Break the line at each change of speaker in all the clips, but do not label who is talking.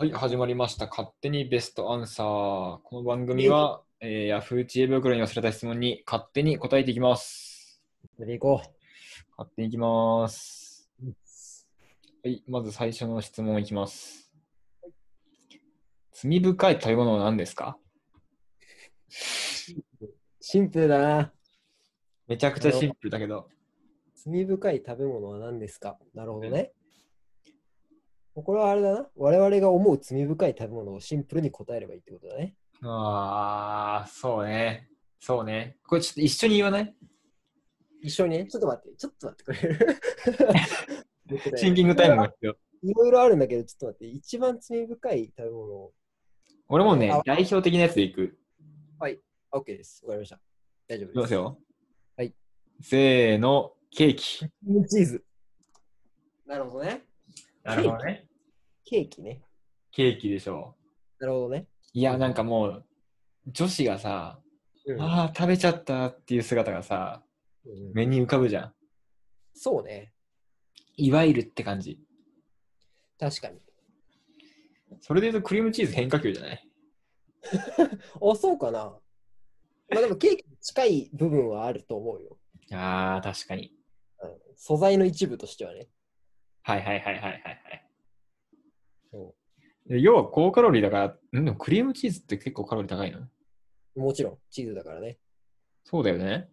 はい、始まりました。勝手にベストアンサー。この番組は、えー、Yahoo! 知恵袋に寄せられた質問に勝手に答えていきます。
それでいこ
勝手にいきます。はい、まず最初の質問いきます。罪深い食べ物は何ですか
う。シンプルだな。
めちゃくちゃシンプルだけど。
罪深い食べ物は何ですかなるほどね。これはあれだな。我々が思う罪深い食べ物をシンプルに答えればいいってことだね。
ああ、そうね。そうね。これちょっと一緒に言わない
一緒にね。ちょっと待って、ちょっと待ってくれ る
シンキングタイムが必要。
いろいろあるんだけど、ちょっと待って、一番罪深い食べ物を。
俺もね、代表的なやつでいく。
はい。OK です。わかりました。大丈夫で
い
す。
きますよ。
はい。
せーの、ケーキ。
チーズ。なるほどね。
なるほどね。
ケーキね。
ケーキでしょ
なるほどね。
いや、なんかもう、女子がさ、
うん
ああ、食べちゃったっていう姿がさ、
うん
目に浮かぶじゃん。
そうね。
いわゆるって感じ。
確かに。
それで言うと、クリームチーズ変化球じゃない
あ、そうかな。まあでもケーキに近い部分はあると思うよ。
ああ、確かに。
うん素材の一部としてはね。
はいはいはいはいはい
そ
はいで。要は高カロリーだから、んでもクリームチーズって結構カロリー高いの
うもちろん、チーズだからね。
そうだよね。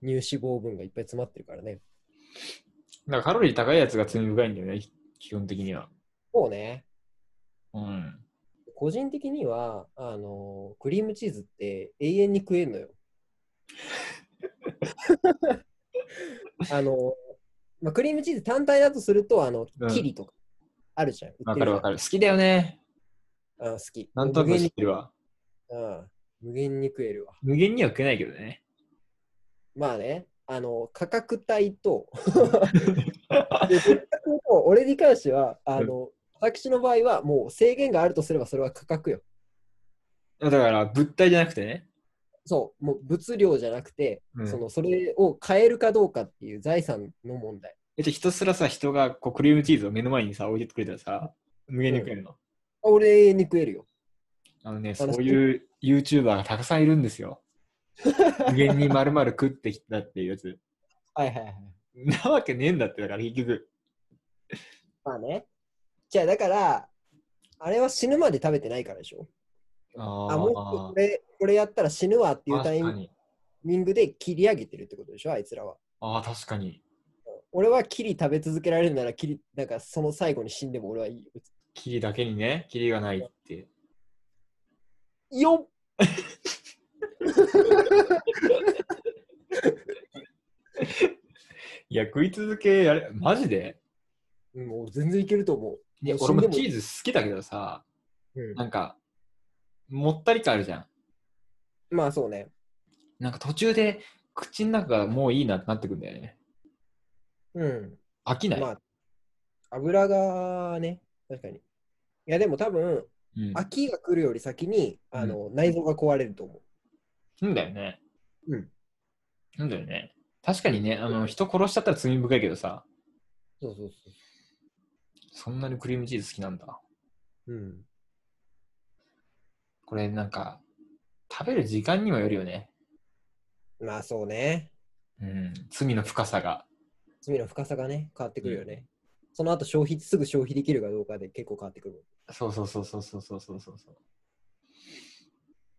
乳脂肪分がいっぱい詰まってるからね。
だからカロリー高いやつが罪深いんだよね、き基本的には。
そうね。
うん。
個人的には、あのクリームチーズって永遠に食えるのよ。 あのまあ、クリームチーズ単体だとすると、あの
うん、
キリとかあるじゃん。
わかるわか
る。
る。好きだよね。
あ好き。
なんとな
無
く知
限
っ
に、
てるわ。
うん。無限に食えるわ。
無限には食えないけど ね。
まあね、あの価格帯と、 で価格と俺に関しては、あの、私の場合はもう制限があるとすればそれは価格よ。
だから物体じゃなくてね。
そう、もう物量じゃなくて、
うん
そのそれを買えるかどうかっていう財産の問題。
えじゃあひたすらさ、人がこうクリームチーズを目の前にさ、置いててくれたらさ、無限に食えるの。
俺永遠に食えるよ。
あのね、そ
私
ういう YouTuber がたくさんいるんです よ。無限に丸々食ってきたっていうやつ。
はいはいはい。
なわけねえんだって、だから結局。
まあね。じゃあだから、あれは死ぬまで食べてないからでしょ。
あ
あ、もうこれこれやったら死ぬわっていうタイ
確か
ミ
に。
ングで切り上げてるってことでしょ、あいつらは。
ああ、確かに。
俺はキリ食べ続けられるならキリ、なんかその最後に死んでも俺はいいよ。
キリだけにね、キリがないって。
よっ
いや、食い続けやれ、マジで
うん、もう全然いけると思
いや
もう
俺
死んで
も
も
チーズ好きだけどさ、
う。うん
なんか、もったり感あるじゃん。
まあそうね。
なんか途中で口の中がもういいなってなってくんだよね。
うん。
飽きない。
まあ、油がね、確かに。いや、でも多分、
うん。
飽きが来るより先に、
うん
あの、内臓が壊れると思
なんだよね。
う。うん。
なんだよね。確かにね、あの、人殺しちゃったら罪深いけどさ、
そうそうそ
そんなにクリームチーズ好きなんだ。
う。うん。
これなんか、食べる時間にもよるよね。
まあそうね。
うん。罪の深さが。
罪の深さがね、変わってくるよね。その後消費、すぐ消費できるかどうかで結構変わってくるもん。
そうそうそうそうそうそうそうそうそう。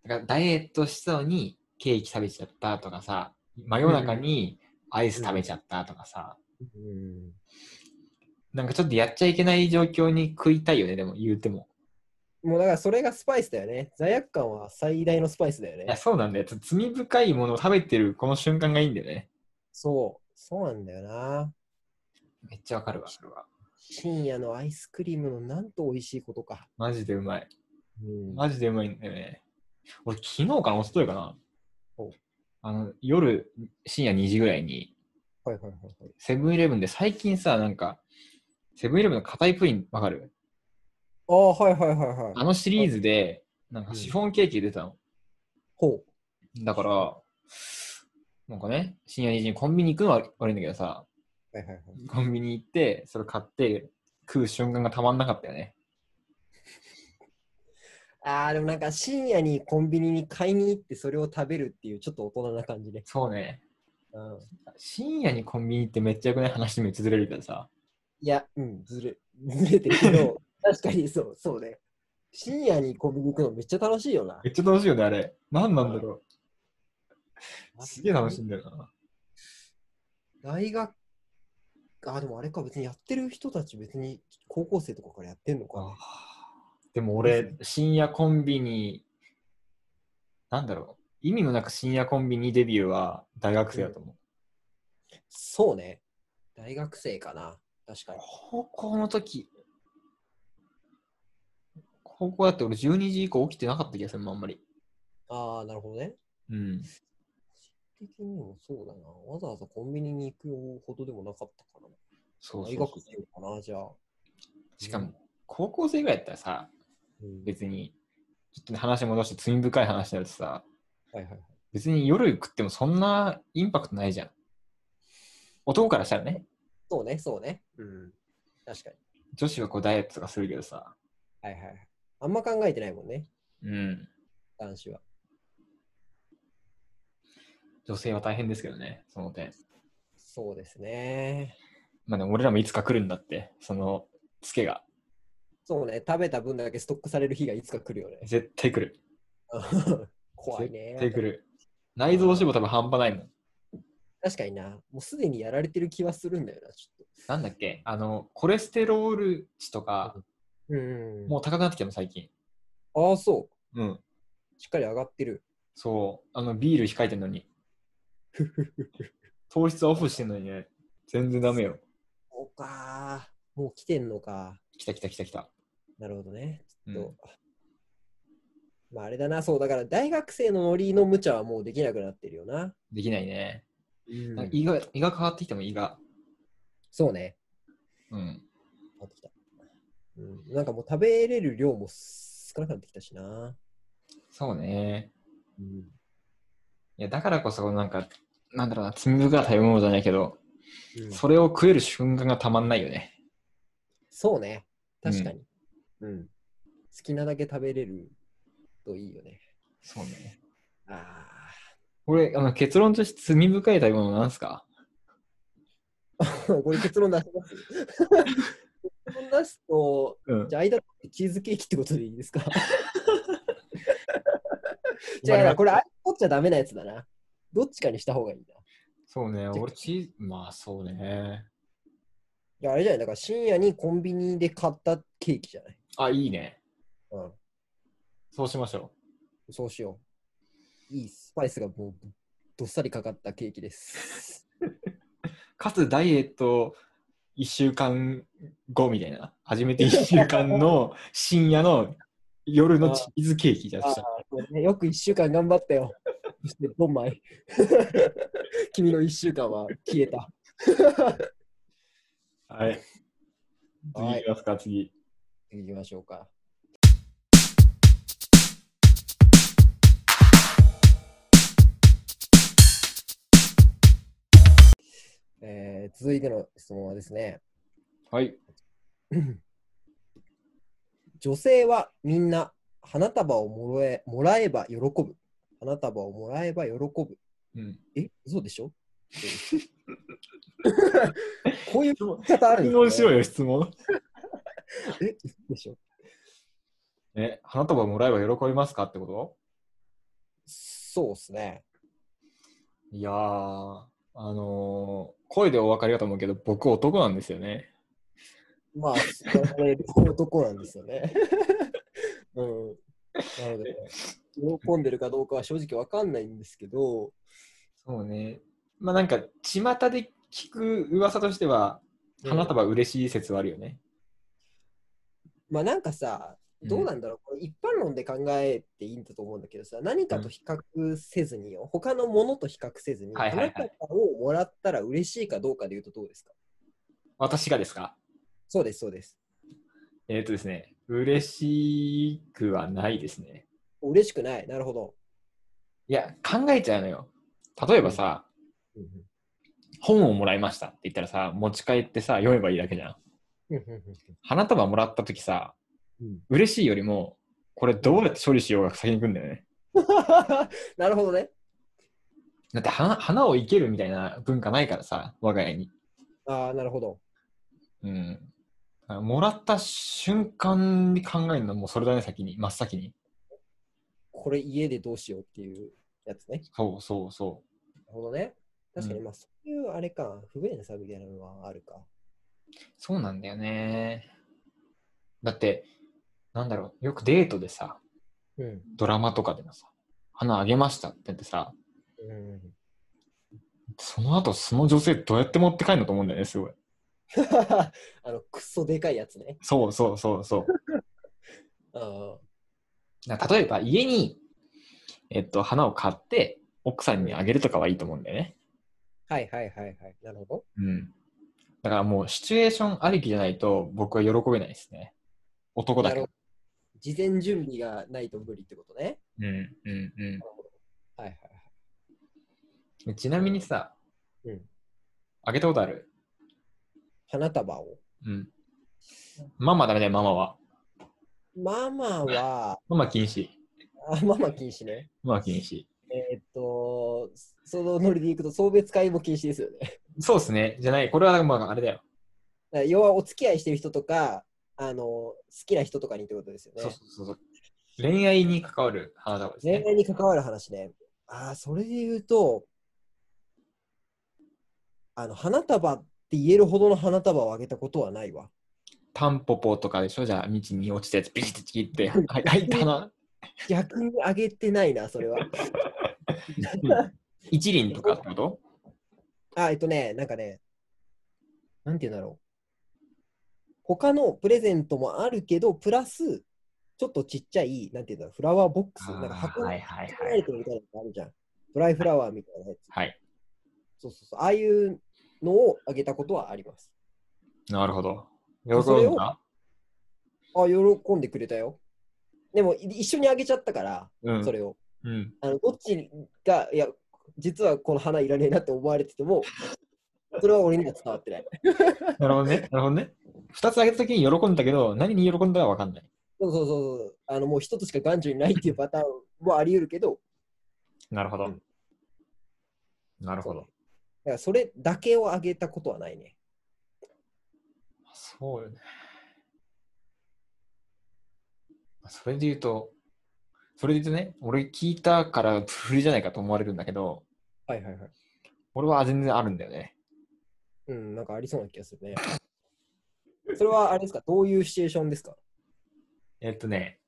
だからダイエットしそうにケーキ食べちゃったとかさ、真夜中にアイス食べちゃったとかさ、
うん。
なんかちょっとやっちゃいけない状況に食いたいよね、でも言うても。
もうだからそれがスパイスだよね。罪悪感は最大のスパイスだよ
いや、
ね。
そうなんだよ。ちょっと罪深いものを食べてるこの瞬間がいいんだよね。
そう。そうなんだよな。
めっちゃわかるわ、それは。
深夜のアイスクリームのなんと美味しいことか。
マジでうまい。
うん
マジでうまいんだよね。俺、昨日かな、おとといかな
お。
あの夜、深夜2時ぐらいに、
はいはいはいはい。
セブンイレブンで最近さ、なんか、セブンイレブンの硬いプリンわかる
ああ、はいはいはいはい。
あのシリーズで、なんかシフォンケーキ出たの。
ほ
だから、なんかね、深夜2時にコンビニ行くのは悪いんだけどさ、
う。はいはいはい。
コンビニ行って、それ買って、食う瞬間がたまんなかったよね。
あーでもなんか深夜にコンビニに買いに行ってそれを食べるっていうちょっと大人な感じね。
そうね。
うん、
深夜にコンビニってめっちゃよくない話めっちゃずれるけどさ。
いや、うん、ずれ、 ずれてるけど、 確かにそう、そうね。深夜にコンビニ行くのめっちゃ楽しいよな。
めっちゃ楽しいよね、あれ。何なんだろう。すげえ楽しいんだよな。
大学、あ、でもあれか、別にやってる人たち別に高校生とかからやってんのか
あ
ね。
ーでも俺、深夜コンビニ、なんだろう。意味のなく深夜コンビニデビューは大学生だと思う。
そうね。大学生かな。確かに。
高校の時、高校だって俺12時以降起きてなかった気がするもん、あんまり。
ああ、なるほどね。
うん。
的にもそうだな。わざわざコンビニに行くほどでもなかったからな。
そうそう
大学生かな、じゃあ。
しかも、高校生ぐらいだったらさ、
うん、
別に、ちょっと話戻して罪深い話になるとさ、
はいはいはい。
別に夜食ってもそんなインパクトないじゃん。男からしたらね、
そうね、そうね。うん。確かに。
女子はこうダイエットとかするけどさ、
はいはいはい。あんま考えてないもんね、
うん。
男子は。
女性は大変ですけどね、その点。
そうですね。
まあでも俺らもいつか来るんだって、その、ツケが。
そうね、食べた分だけストックされる日がいつか来るよね。
絶対来る。
怖いね。
絶対来る。内臓脂肪多分半端ないもん。
確かにな。もうすでにやられてる気はするんだよな、ちょっ
なんだっけあの、コレステロール値とか、
と。うん。
もう高くなってきたの、最近。
ああ、そ
うん。
う。しっかり上がってる。
そう。あの、ビール控えてんの に。糖質はオフしてんのにね。全然ダメよ。
そうかー。もう来てんのか。
来た来た来た来た。
なるほどね。
う
と
ん、
まああれだな、そう、だから大学生のノリの無茶はもうできなくなってるよな。
できないね。
うん
なんか胃が胃が変わってきても胃が。
そうね。
うん。
変わってきた。うん、なんかもう食べれる量も少なくなってきたしな。
そうね。
うん、
いや、だからこそ、なんか、なんだろうな、罪深い食べ物じゃないけど、
うん
それを食える瞬間がたまんないよね。
そうね。確かに、うん。好きなだけ食べれるといいよね。
そうね。
ああ。
俺、あの結論として罪深い食べ物なんすか
これ結論出します。結論出すと、
うん
じ。ゃあ、間取ってチーズケーキってことでいいで すか
わかりまし
じゃ
た
あ、これ、あれ取っちゃダメなやつだな。どっちかにした方がいいな。
そうね。俺、チーズ、まあそうね。
いや、あれじゃない、だから深夜にコンビニで買ったケーキじゃない。
あ、いいね。
うん。
そうしましょ
そうしよう。いいスパイスがもう、どっさりかかったケー キです。
う。かつ、ダイエット1週間後みたいな。初めて1週間 の深夜の夜のチーズケーキじゃ
あー
ん。
そうねよく1週間頑張ったよ。そして、ドンマイ。 君の1週間は消えた。
はい。次いきますか、次。
次行きましょうか。えー続いての質問はですね、
はい。
女性はみんな花束をもらえもらえば喜ぶ。花束をもらえば喜ぶ。
うん。
え、そうで しょこういう方あるん
質
で
問
す
し
ね
ろよ、質問。
え、嘘でしょ
え、花束もらえば喜びますかってこ
そうっすね。
といやー、あのー、声でお分かりだと思うけど、僕男なんですよね。
まあ、我々両男なんですよね。 うん。なので、喜んでるかどうかは正直わかんないんですけど、
そうね。まあなんか、巷で聞く噂としては、花束嬉しい説はあるよね。
まあなんかさ、どうなんだろう、これ一般論で考えていいんだと思うんだけどさ、何かと比較せずによ、他のものと比較せずに、
はいはいはい
花束をもらったら嬉しいかどうかで言うとどうですか
私がですか
そうです、そうです。
えっ、とですね、嬉しくはないですね。
嬉しくない。なるほど。
いや、考えちゃうのよ。例えばさ、本をもらいましたって言ったらさ、持ち帰ってさ、読めばいいだけじゃん。花束もらった時さ、
うん
嬉しいよりも、これどうやって処理しようが先に行くんだよね。
なるほどね。
だって花花を生けるみたいな文化ないからさ、我が家に。
ああ、なるほど。
うん。あもらった瞬間に考えるのもうそれだね、先に。真っ先に。
これ家でどうしようっていうやつね。
そうそうそ
なるほどね。確かに、
うん
まあ、そういうあれか、不便さみたいなのはあるか。
う。そうなんだよね。だって、なんだろう、よくデートでさ、
うん。
ドラマとかでもさ、花あげましたって言ってさ、
うん、
その後その女性どうやって持って帰るのと思うんだよね、すごい。
あの、くっそでかいやつね。
そうそうそうそう。
あ
な例えば家に、えっと、花を買って奥さんにあげるとかはいいと思うんだよね。
あ、はいはいはいはい。なるほど。
うん。だからもうシチュエーションありきじゃないと僕は喜べないですね。男だけ
な
ど
る。事前準備がないと無理ってことね。
うんうんう
はいはい
んで。ちなみにさ、
はい。うん。
あげたことある
花束を。
うん。ママダメだよ、ママは。
ママは、
ママ禁止。
あママ禁止ね。
ママ禁止。
えーっと、そのノリでいくと送別会も禁止ですよね。だか
そうですね。じゃない。これはまああれだよ。
ら要はお付き合いしてる人とか、あの、好きな人とかにってことですよね。
そうそうそうそう。恋愛に関わる花束ですね
恋。愛に関わる話ね。ああ、それで言うと、あの、花束って言えるほどの花束をあげたことはないわ。
タンポポとかでしょじゃあ道に落ちたやつビリッて切って、はい、入った花。
逆にあげてないな、それは。
一輪とかってこと
あ、えっとね、なんかね、なんて言うんだろう。他のプレゼントもあるけど、プラス、ちょっとちっちゃい、なんて言うんだろう、フラワーボックス、なんか箱に
はい
入
はいは
れ
い
て。るみたいなのあるじゃん。ドライフラワーみたいなやつ。
はい。
そうそうそう。ああいうのをあげたことはあります。
なるほど。喜
それ
ぶ
を
んだ
あ、喜んでくれたよ。でも、い一緒にあげちゃったから、
うん
そ。れを。
うん。
あのどっちが、いや、実はこの花いらねえなって思われてて も、それは俺には伝わってない。
なるほどね。なるほどね。二つあげたときに喜んだけど、何に喜んだかわかんない。
そうそうそうそう。あの、もう一つしか眼中にないっていうパターンもあり得るけど、
なるほ
う
ど
ん。
なるほ
そう
ど。
だからそれだけをあげたことはないね。
そうよね。それで言うと、それで言うとね、俺聞いたから不利じゃないかと思われるんだけど、
はいはいはい。
俺は全然あるんだよね。
うん、なんかありそうな気がするね。それはあれですかどういうシチュエーションですか
えっとね、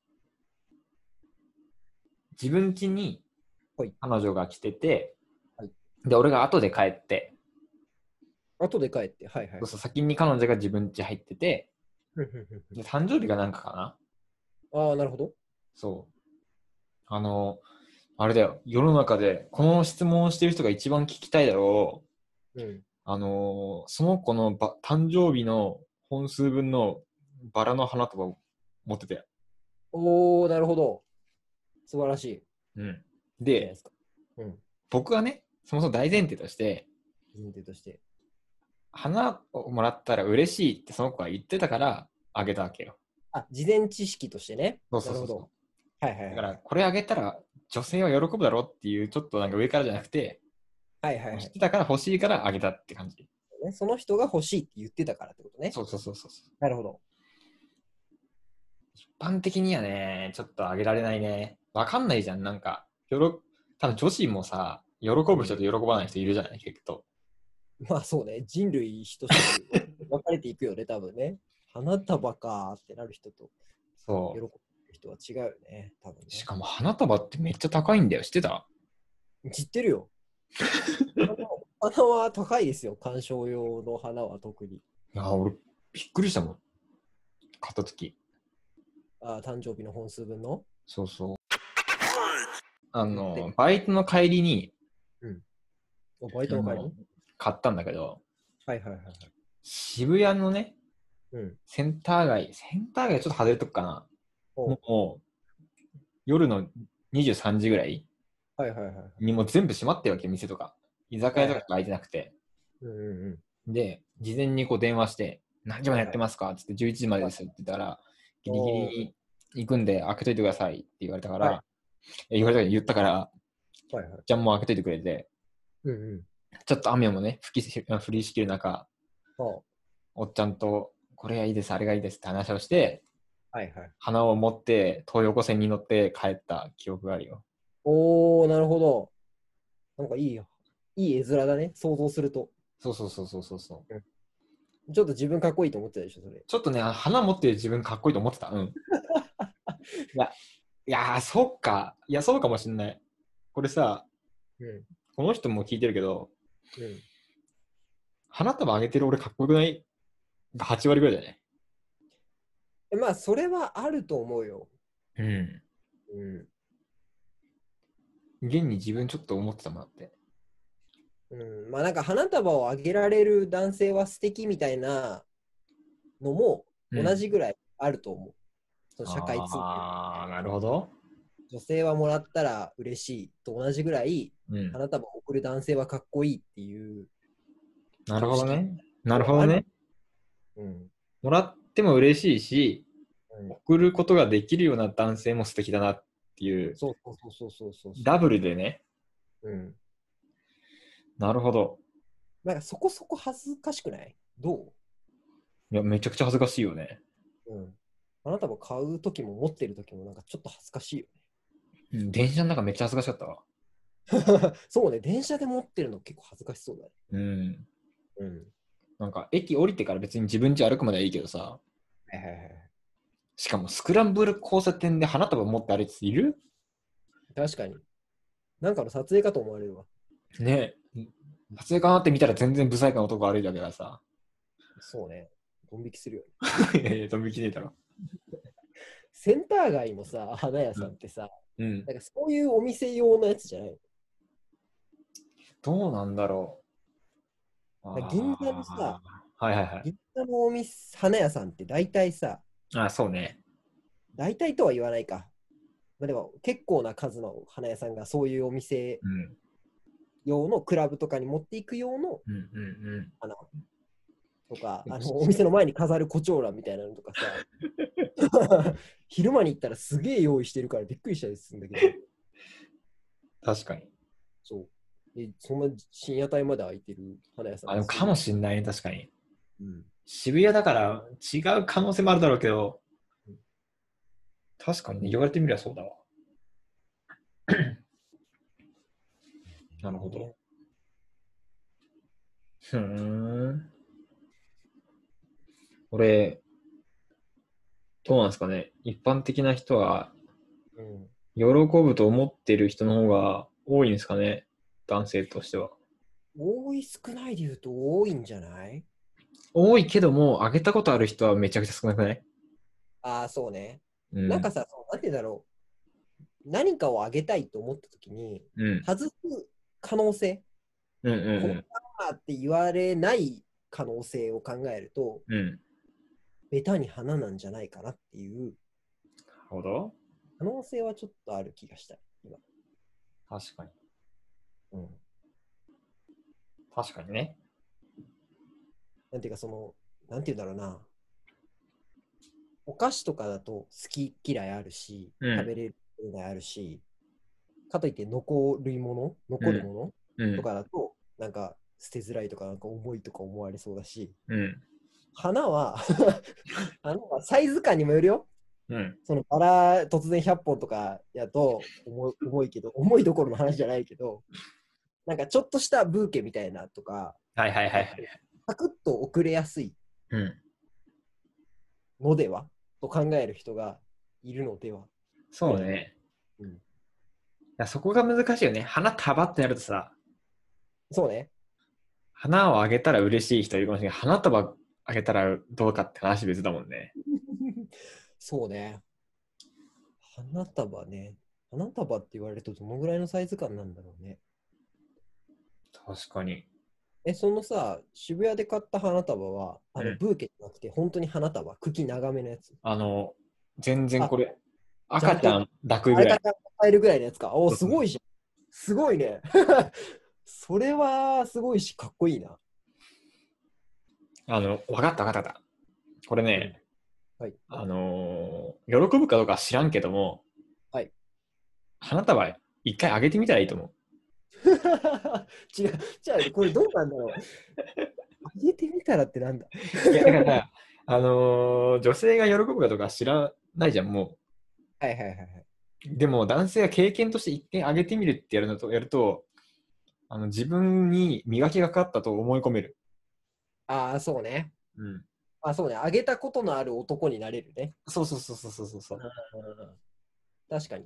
自分家に
はい
彼女が来てて、
はい
で、俺が後で帰って、
後で帰って。はいはい
そう。そう先に彼女が自分家入ってて、で誕生日がなんかかな
ああ、なるほど。
そう。あの、あれだよ、世の中でこの質問をしてる人が一番聞きたいだろう、
うん。
あの、その子のば誕生日の本数分のバラの花束を持ってたよ。
おおなるほど。素晴らしい。
うん。
いいじゃない
で
で、すか。うん。
僕はね、そもそも大前提として、
前提として。
花をもらったら嬉しいってその子は言ってたからあげたわけよ。
あ、事前知識としてね。
そうそうそう
なるほど。はいは
だ
い
か
はい。
らこれあげたら女性は喜ぶだろうっていうちょっとなんか上からじゃなくて、
はいはいは
知っ
い
てたから欲しいからあげたって感じ。
ねその人が欲しいって言ってたからってことね。
そうそうそうそうそう。
なるほど。
一般的にはね、ちょっとあげられないね。わかんないじゃん、なんか。よろ多分女子もさ、喜ぶ人と喜ばない人いるじゃない、結構。
まあそうね。人類一つに分かれていくよね、多分ね。花束かーってなる人と喜
そ
ぶ
う。
人は違うよね、多分ね。
しかも花束ってめっちゃ高いんだよ。知ってた
知ってるよ。花花は高いですよ、観賞用の花は特に。
いや、俺、びっくりしたもん。買った時。
あー誕生日の本数分の。
そうそう。あの
で、
バイトの帰りに
おバイトの帰
あ
り
の買ったんだけど、
はいはいはいはい。
渋谷のね、
うん。
センター街、センター街ちょっと外れとくかな。
お
もう、夜の23時ぐらい
はいはいはいはい。
にもう全部閉まってるわけ、店とか。居酒屋とかしか開いてなくて。
うんうんうん。
で、事前にこう電話して、何時までやってますかっつって11時までですよって言ったら、ギリギリ行くんで開けといてくださいって言われたから、
は
え言われたから言ったから、
はいはい。
じゃあもう開けといてくれて、
うんうん。
ちょっと雨もね、吹き 降りしきる中、
は
おっちゃんと、これがいいです、あれがいいですって話をして、
あ、はいはい。
花を持って、東横線に乗って帰った記憶があるよ。
おー、なるほど。なんかいいよ。いい絵面だね、想像すると。
そうそうそうそうそうそう。
ちょっと自分かっこいいと思ってたでしょ、それ。
ちょっとね、あ花持ってる自分かっこいいと思ってた。 うん。いや、いやー、そっか。いや、そうかもしんない。これさ、
うん。
この人も聞いてるけど、
うん、
花束あげてる俺かっこよくないが8割ぐらいだね。
えまあ、それはあると思うよ。
うん。
うん。
現に自分ちょっと思ってたもんだって。
うん、まあ、なんか花束をあげられる男性は素敵みたいなのも
うん
同じぐらいあると思う。その社会通念。
ああ、なるほど。
女性はもらったら嬉しいと同じぐらい、
うん。
花束を贈る男性はかっこいいっていう。
なるほどね。なるほどね。
うん。
もらっても嬉しいし、
うん
送ることができるような男性も素敵だなっていう、
そうそうそうそうそうそう。
ダブルでね。
うん。
なるほど。
なんかそこそこ恥ずかしくないど
いや、めちゃくちゃ恥ずかしいよね。
ううん。花束買う時も持ってる時もなんかちょっと恥ずかしいよ
うん電車の中めっちゃ恥ずかしかったわ。
ね。そうね、電車で持ってるの結構恥ずかしそうだね。
うん。
うん。
なんか、駅降りてから別に自分家歩くまではいいけどさ、
はいはいはい。
しかもスクランブル交差点で花束持って歩いてる人いる
確かに。なんかの撮影かと思われるわ。
ねえ。撮影かなって見たら全然不細工な男が歩いてるわけだからさ。
そうね。ドン引きするよね。
いやいや、飛びきねえだろ。
センター街のさ、花屋さんってさ、
うん。
なんかそういうお店用のやつじゃないの
どうなんだろう。あー
銀座のさ。
はいはいは
銀座のお店、花屋さんって大体さ、
い。あ、そうね。
大体とは言わないか。まあ、でも結構な数の花屋さんがそういうお店
うん。
用のクラブとかに持っていく用の
うんうんうん。
花と か、
うん
あのお店の前に飾る胡蝶蘭みたいなのと かさ、昼間に行ったらすげえ用意してるからびっくりしたりするんだけど、
確かに。
そう。でそんな深夜帯まで空いてる花屋さん
あ、でもかもしんないね、確かに。
うん
渋谷だから違う可能性もあるだろうけど、確かにね、言われてみりゃそうだわ。 なるほど。ふーん。俺、どうなんですかね。一般的な人は、
うん
喜ぶと思ってる人の方が多いんですかね。男性としては。
多い少ないで言うと多いんじゃない
多いけども、あげたことある人はめちゃくちゃ少なくない、
ああ、そうね。
う
なんか、さ、そうなんて言うんだろう。何かをあげたいと思ったときに、
うん。
外す可能性、
うんうん
このあーって言われない可能性を考えると、
うん。うん。なる
ベタに花なんじゃないかなっていう
ほど。
可能性はちょっとある気がした。
確かに。
うん、
確かにね。
なんていうか、その、なんて言うんだろうな。お菓子とかだと好き嫌いあるし、
うん
食べれる嫌いあるし、かといって残るもの、残るもの、
うん
と。かだと、なんか捨てづらいとか、なんか重いとか思われそうだし、
うん。
花は、花はサイズ感にもよるよ。
うん。
そのバラ突然100本とかやと重い重いけど、重いどころの話じゃないけど、なんかちょっとしたブーケみたいなとか、
はいはいはいはい。
サクッと遅れやすい
うん。
のではと考える人がいるのでは。
そうね。
うん
いやそこが難しいよね。花束ってなるとさ、
そうね。
花をあげたら嬉しい人いるかもしれない。花束あげたらどうかって話別だもんね。
そうね。花束ね。花束って言われるとどのぐらいのサイズ感なんだろうね。
確かに。
え、そのさ、渋谷で買った花束は、あ
う
の
ん
ブーケじゃなくて、本当に花束、茎長めのやつ。
あの、全然これ、
あ
赤ちゃん抱く
あ
ぐ
れ
ら
か
い。
ら買えるぐらいのやつか。お
そう
す
そう
ごいじゃん。すごいね。 それはすごいし、かっこいいな。
あの、わかったわかったわかった。これね、
はい
あのー喜ぶかどうかは知らんけども、
はい
花束一回あげてみたらいいと思う。
違う、じゃあこれどうなん だろう。あげてみたらってなんだ
いやだから、 あのー女性が喜ぶかどうかは知らないじゃん、も
はいはいはいはい。
う。でも、男性が経験として一点あげてみるってやるのとやるとあの、自分に磨きがかかったと思い込める。
ああ、そうね。
うん、
あそうね。あげたことのある男になれるね。
そうそうそうそうそうそう。
確かに。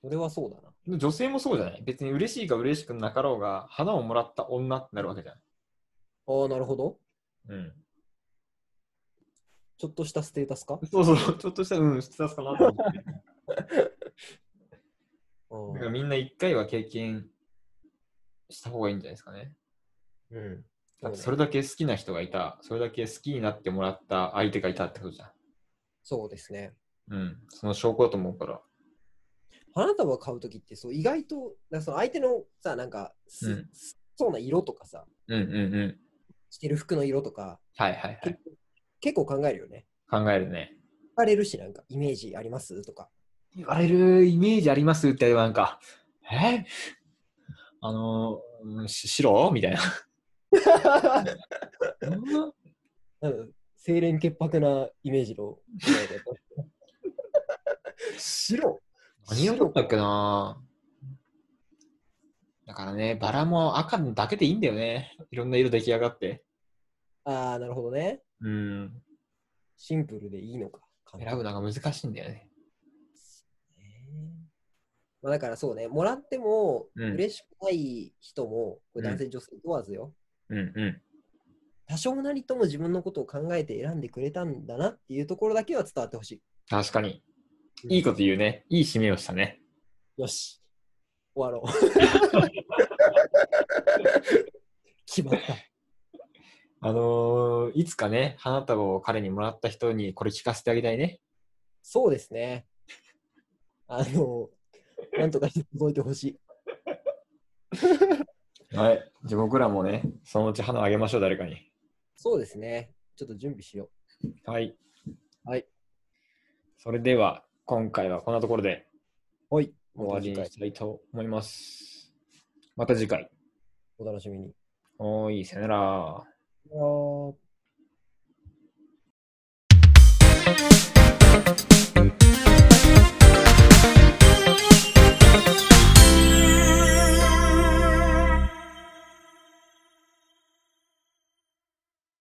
それはそうだな。
女性もそうじゃない別に嬉しいか嬉しくなかろうが、花をもらった女ってなるわけじゃない。
ああ、なるほど。
うん。
ちょっとしたステータスか
そうそう、ちょっとした、うん、スタスかなと 思って。
うん
だからみんな一回は経験した方がいいんじゃないですかね。
うん。
だってそれだけ好きな人がいた、それだけ好きになってもらった相手がいたってことじゃん。
そうですね。
うん、その証拠だと思うから。
花束を買うときってそう意外となんかその相手のさなんかす、
うん
すそうな色とかさ
うんうんうん。
してる服の色とか
はいはいはい。
結構考えるよね。
考えるね。
聞かれるしなんかイメージあります とか。
言われるイメージありますって言われなんか、えあの、うんし白みたいな。うん
うん清廉潔白なイメージの。 白
何色だったっけなだからね、バラも赤だけでいいんだよね。いろんな色出来上がって。
ああ、なるほどね。
うん。
シンプルでいいのか。
選ぶのが難しいんだよね。
えーまあ、だからそうね、もらっても
うん
嬉しくない人も、これ男性、女性問わずよ、
うんうん。
多少なりとも自分のことを考えて選んでくれたんだなっていうところだけは伝わってほし
確かに。
うん
いいこと言うね。いい締めをしたね。
い。よし、終わろう。 決まった。
あのーいつかね、花束を彼にもらった人にこれ聞かせてあげたいね。
そうですね。あの、なんとかして届いてほしい。
はい。じゃあ僕らもね、そのうち花をあげましょう、誰かに。
そうですね。ちょっと準備しよ
はい。
はい。
それでは、今回はこんなところで
う。はい。
終わりに
また
し
次回
たいと思います。また次回。
お楽しみに。
おーい、さよなら。
あー